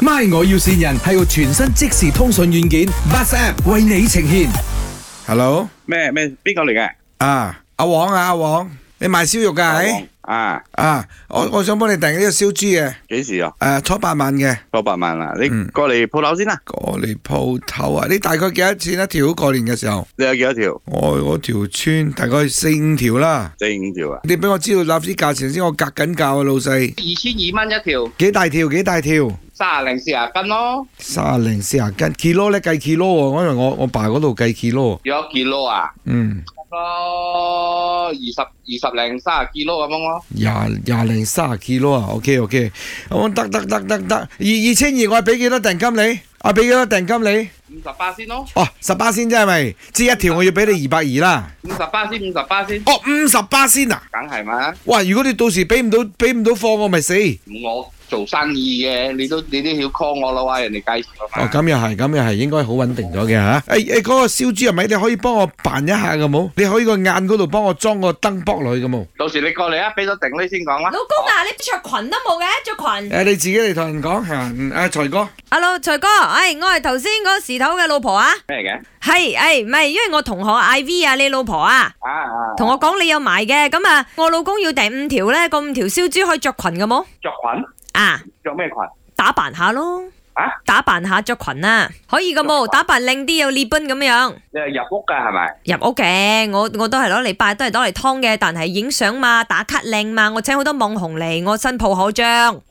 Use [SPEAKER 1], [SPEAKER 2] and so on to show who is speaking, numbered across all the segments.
[SPEAKER 1] My 我要線人係個全新即時通訊軟件 Bus App 為你呈現。
[SPEAKER 2] Hello，
[SPEAKER 3] 咩咩邊個嚟嘅？
[SPEAKER 2] 啊，阿黃啊，阿黃，你賣燒肉噶係？
[SPEAKER 3] 啊，
[SPEAKER 2] 啊，我我想幫你訂呢個燒豬嘅，
[SPEAKER 3] 幾時啊？
[SPEAKER 2] 誒，初八萬嘅，
[SPEAKER 3] 過百萬啦，你過嚟鋪頭先啦。
[SPEAKER 2] 過嚟鋪頭啊，你大概幾多錢一條？過年嘅時候，
[SPEAKER 3] 你有幾多條？
[SPEAKER 2] 我我條村大概四五條啦，
[SPEAKER 3] 四五條啊？
[SPEAKER 2] 你俾我知道立啲價錢先，我格緊價啊，老細，
[SPEAKER 4] 二千二蚊一條，
[SPEAKER 2] 幾大條？幾大條？
[SPEAKER 4] 三廿零四廿斤咯。
[SPEAKER 2] 三十零四十斤，kilo 咧計 kilo 喎，因為我我爸嗰度計 kilo，
[SPEAKER 4] 有一件咯啊，
[SPEAKER 2] 嗯，
[SPEAKER 4] 咯二十二十零三十件咯咁樣咯。
[SPEAKER 2] 廿廿零三十 kilo 啊，OK OK，我得得得得得，二二千二，我俾幾多定金你？我俾幾多定金你？
[SPEAKER 4] 五十八先咯，
[SPEAKER 2] 哦，十八先啫係咪？即係一條我要俾你二百二啦。
[SPEAKER 4] 五十八先，五十八先，
[SPEAKER 2] 哦，五十八先啊！
[SPEAKER 4] 梗係嘛？
[SPEAKER 2] 哇，如果你到時俾唔到俾唔到貨，我咪死。哦，
[SPEAKER 4] 我做生意嘅，你都你都要 call 我啦，話人哋介紹啊嘛。
[SPEAKER 2] 哦咁又係，咁又係，應該好穩定咗嘅吓。誒、誒，嗰、個燒豬係咪？你可以幫我扮一下嘅冇？你可以個眼嗰度幫我裝個燈卜落去嘅冇？
[SPEAKER 4] 到時你過嚟啊，俾咗定呢先講啦。
[SPEAKER 5] 老公啊，你着裙都冇嘅，着
[SPEAKER 2] 誒、
[SPEAKER 5] 裙。
[SPEAKER 2] 你自己嚟同人講吓，嗯啊，財哥。
[SPEAKER 5] Hello，財哥，哎，我係頭先嗰個時頭嘅老婆啊，
[SPEAKER 3] 咩嚟嘅？
[SPEAKER 5] 係，哎，唔係，因為我同學 I V 啊，你老婆啊，
[SPEAKER 3] 啊啊，
[SPEAKER 5] 同我講你有埋嘅，咁啊，我老公要第五條咧，個五條燒豬可以着裙嘅冇？
[SPEAKER 3] 着裙？
[SPEAKER 5] 啊，
[SPEAKER 3] 着咩裙？
[SPEAKER 5] 打扮下咯，
[SPEAKER 3] 啊，
[SPEAKER 5] 打扮下着裙啊，可以嘅冇？打扮靚啲，有列賓咁樣。
[SPEAKER 3] 你係入屋㗎係咪？
[SPEAKER 5] 入屋嘅，我我都係攞嚟拜，都係攞嚟劏嘅，但係影相嘛，打卡靚嘛，我請好多網紅嚟，我新抱好張。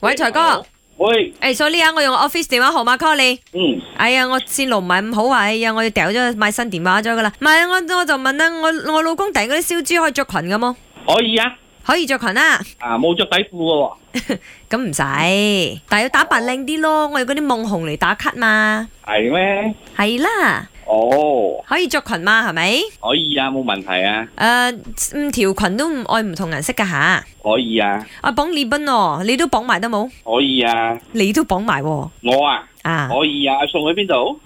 [SPEAKER 5] 喂，財哥，
[SPEAKER 3] 喂，
[SPEAKER 5] 誒、sorry 啊，我用 office 電話號碼 call 你。
[SPEAKER 3] 嗯，
[SPEAKER 5] 哎呀，我線路唔係咁好啊，哎呀，我要掉咗買新電話咗噶啦。唔係啊，我我就問啦，我我老公訂嗰啲燒豬可以着裙噶冇？
[SPEAKER 3] 可以啊。
[SPEAKER 5] 可以着裙啦、
[SPEAKER 3] 啊，冇着底褲嘅
[SPEAKER 5] 咁唔使，但係要打扮靚啲咯，我要嗰啲網紅嚟打卡嘛。
[SPEAKER 3] 喎。係咩？
[SPEAKER 5] 係啦，
[SPEAKER 3] 哦，
[SPEAKER 5] 可以着裙嘛，係咪？
[SPEAKER 3] 可以啊，冇問題啊，
[SPEAKER 5] 誒、五條裙都唔愛唔同顏色噶吓。
[SPEAKER 3] 可以啊，
[SPEAKER 5] 啊，綁列賓哦，你都綁埋得冇？
[SPEAKER 3] 可以啊。
[SPEAKER 5] 你都綁埋喎，
[SPEAKER 3] 我啊，
[SPEAKER 5] 啊！
[SPEAKER 3] 可以啊，送去邊度？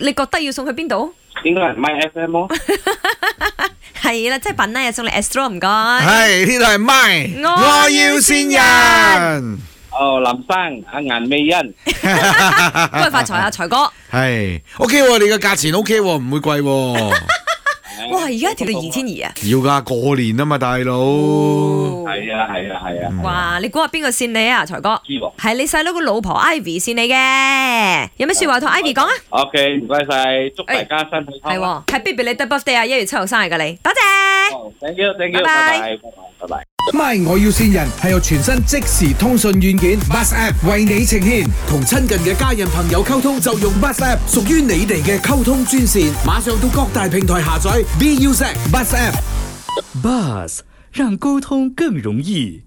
[SPEAKER 5] 你覺得要送去邊度？
[SPEAKER 3] 應該係 My FM 咯。
[SPEAKER 5] 係啦，即係品啊啦，又送你 Astro 唔該。
[SPEAKER 2] 係呢度係 My，
[SPEAKER 5] 我要線人。
[SPEAKER 3] 哦，林生，阿顏美欣，
[SPEAKER 5] 恭喜發財啊，財哥！
[SPEAKER 2] 係 OK 喎，你嘅價錢 OK 喎，唔會貴喎。
[SPEAKER 5] 哇，而家跳到二千二啊！
[SPEAKER 2] 要噶過年啊嘛，大佬。
[SPEAKER 5] 哦
[SPEAKER 3] 係啊，係啊，係啊，
[SPEAKER 5] 哇，你估下邊個線你啊，財哥？
[SPEAKER 3] 知喎。
[SPEAKER 5] 係你細佬個老婆 Ivy 線你嘅，有咩說話同 Ivy 講啊？
[SPEAKER 3] OK，唔該晒，祝大家身體
[SPEAKER 5] 係
[SPEAKER 3] 康。
[SPEAKER 5] 喎，Happy belated birthday 啊！一月七號生日噶你，多謝。
[SPEAKER 3] 哦，thank you，thank you，
[SPEAKER 5] 拜拜
[SPEAKER 3] 拜拜，拜拜，拜拜。
[SPEAKER 1] My 我要線人係由全新即時通訊軟件 Bus App 為你呈現，同親近嘅家人朋友溝通就用 Bus App，屬於你哋嘅溝通專線。馬上到各大平台下載 B U Z Bus App。
[SPEAKER 6] Buzz 让沟通更容易。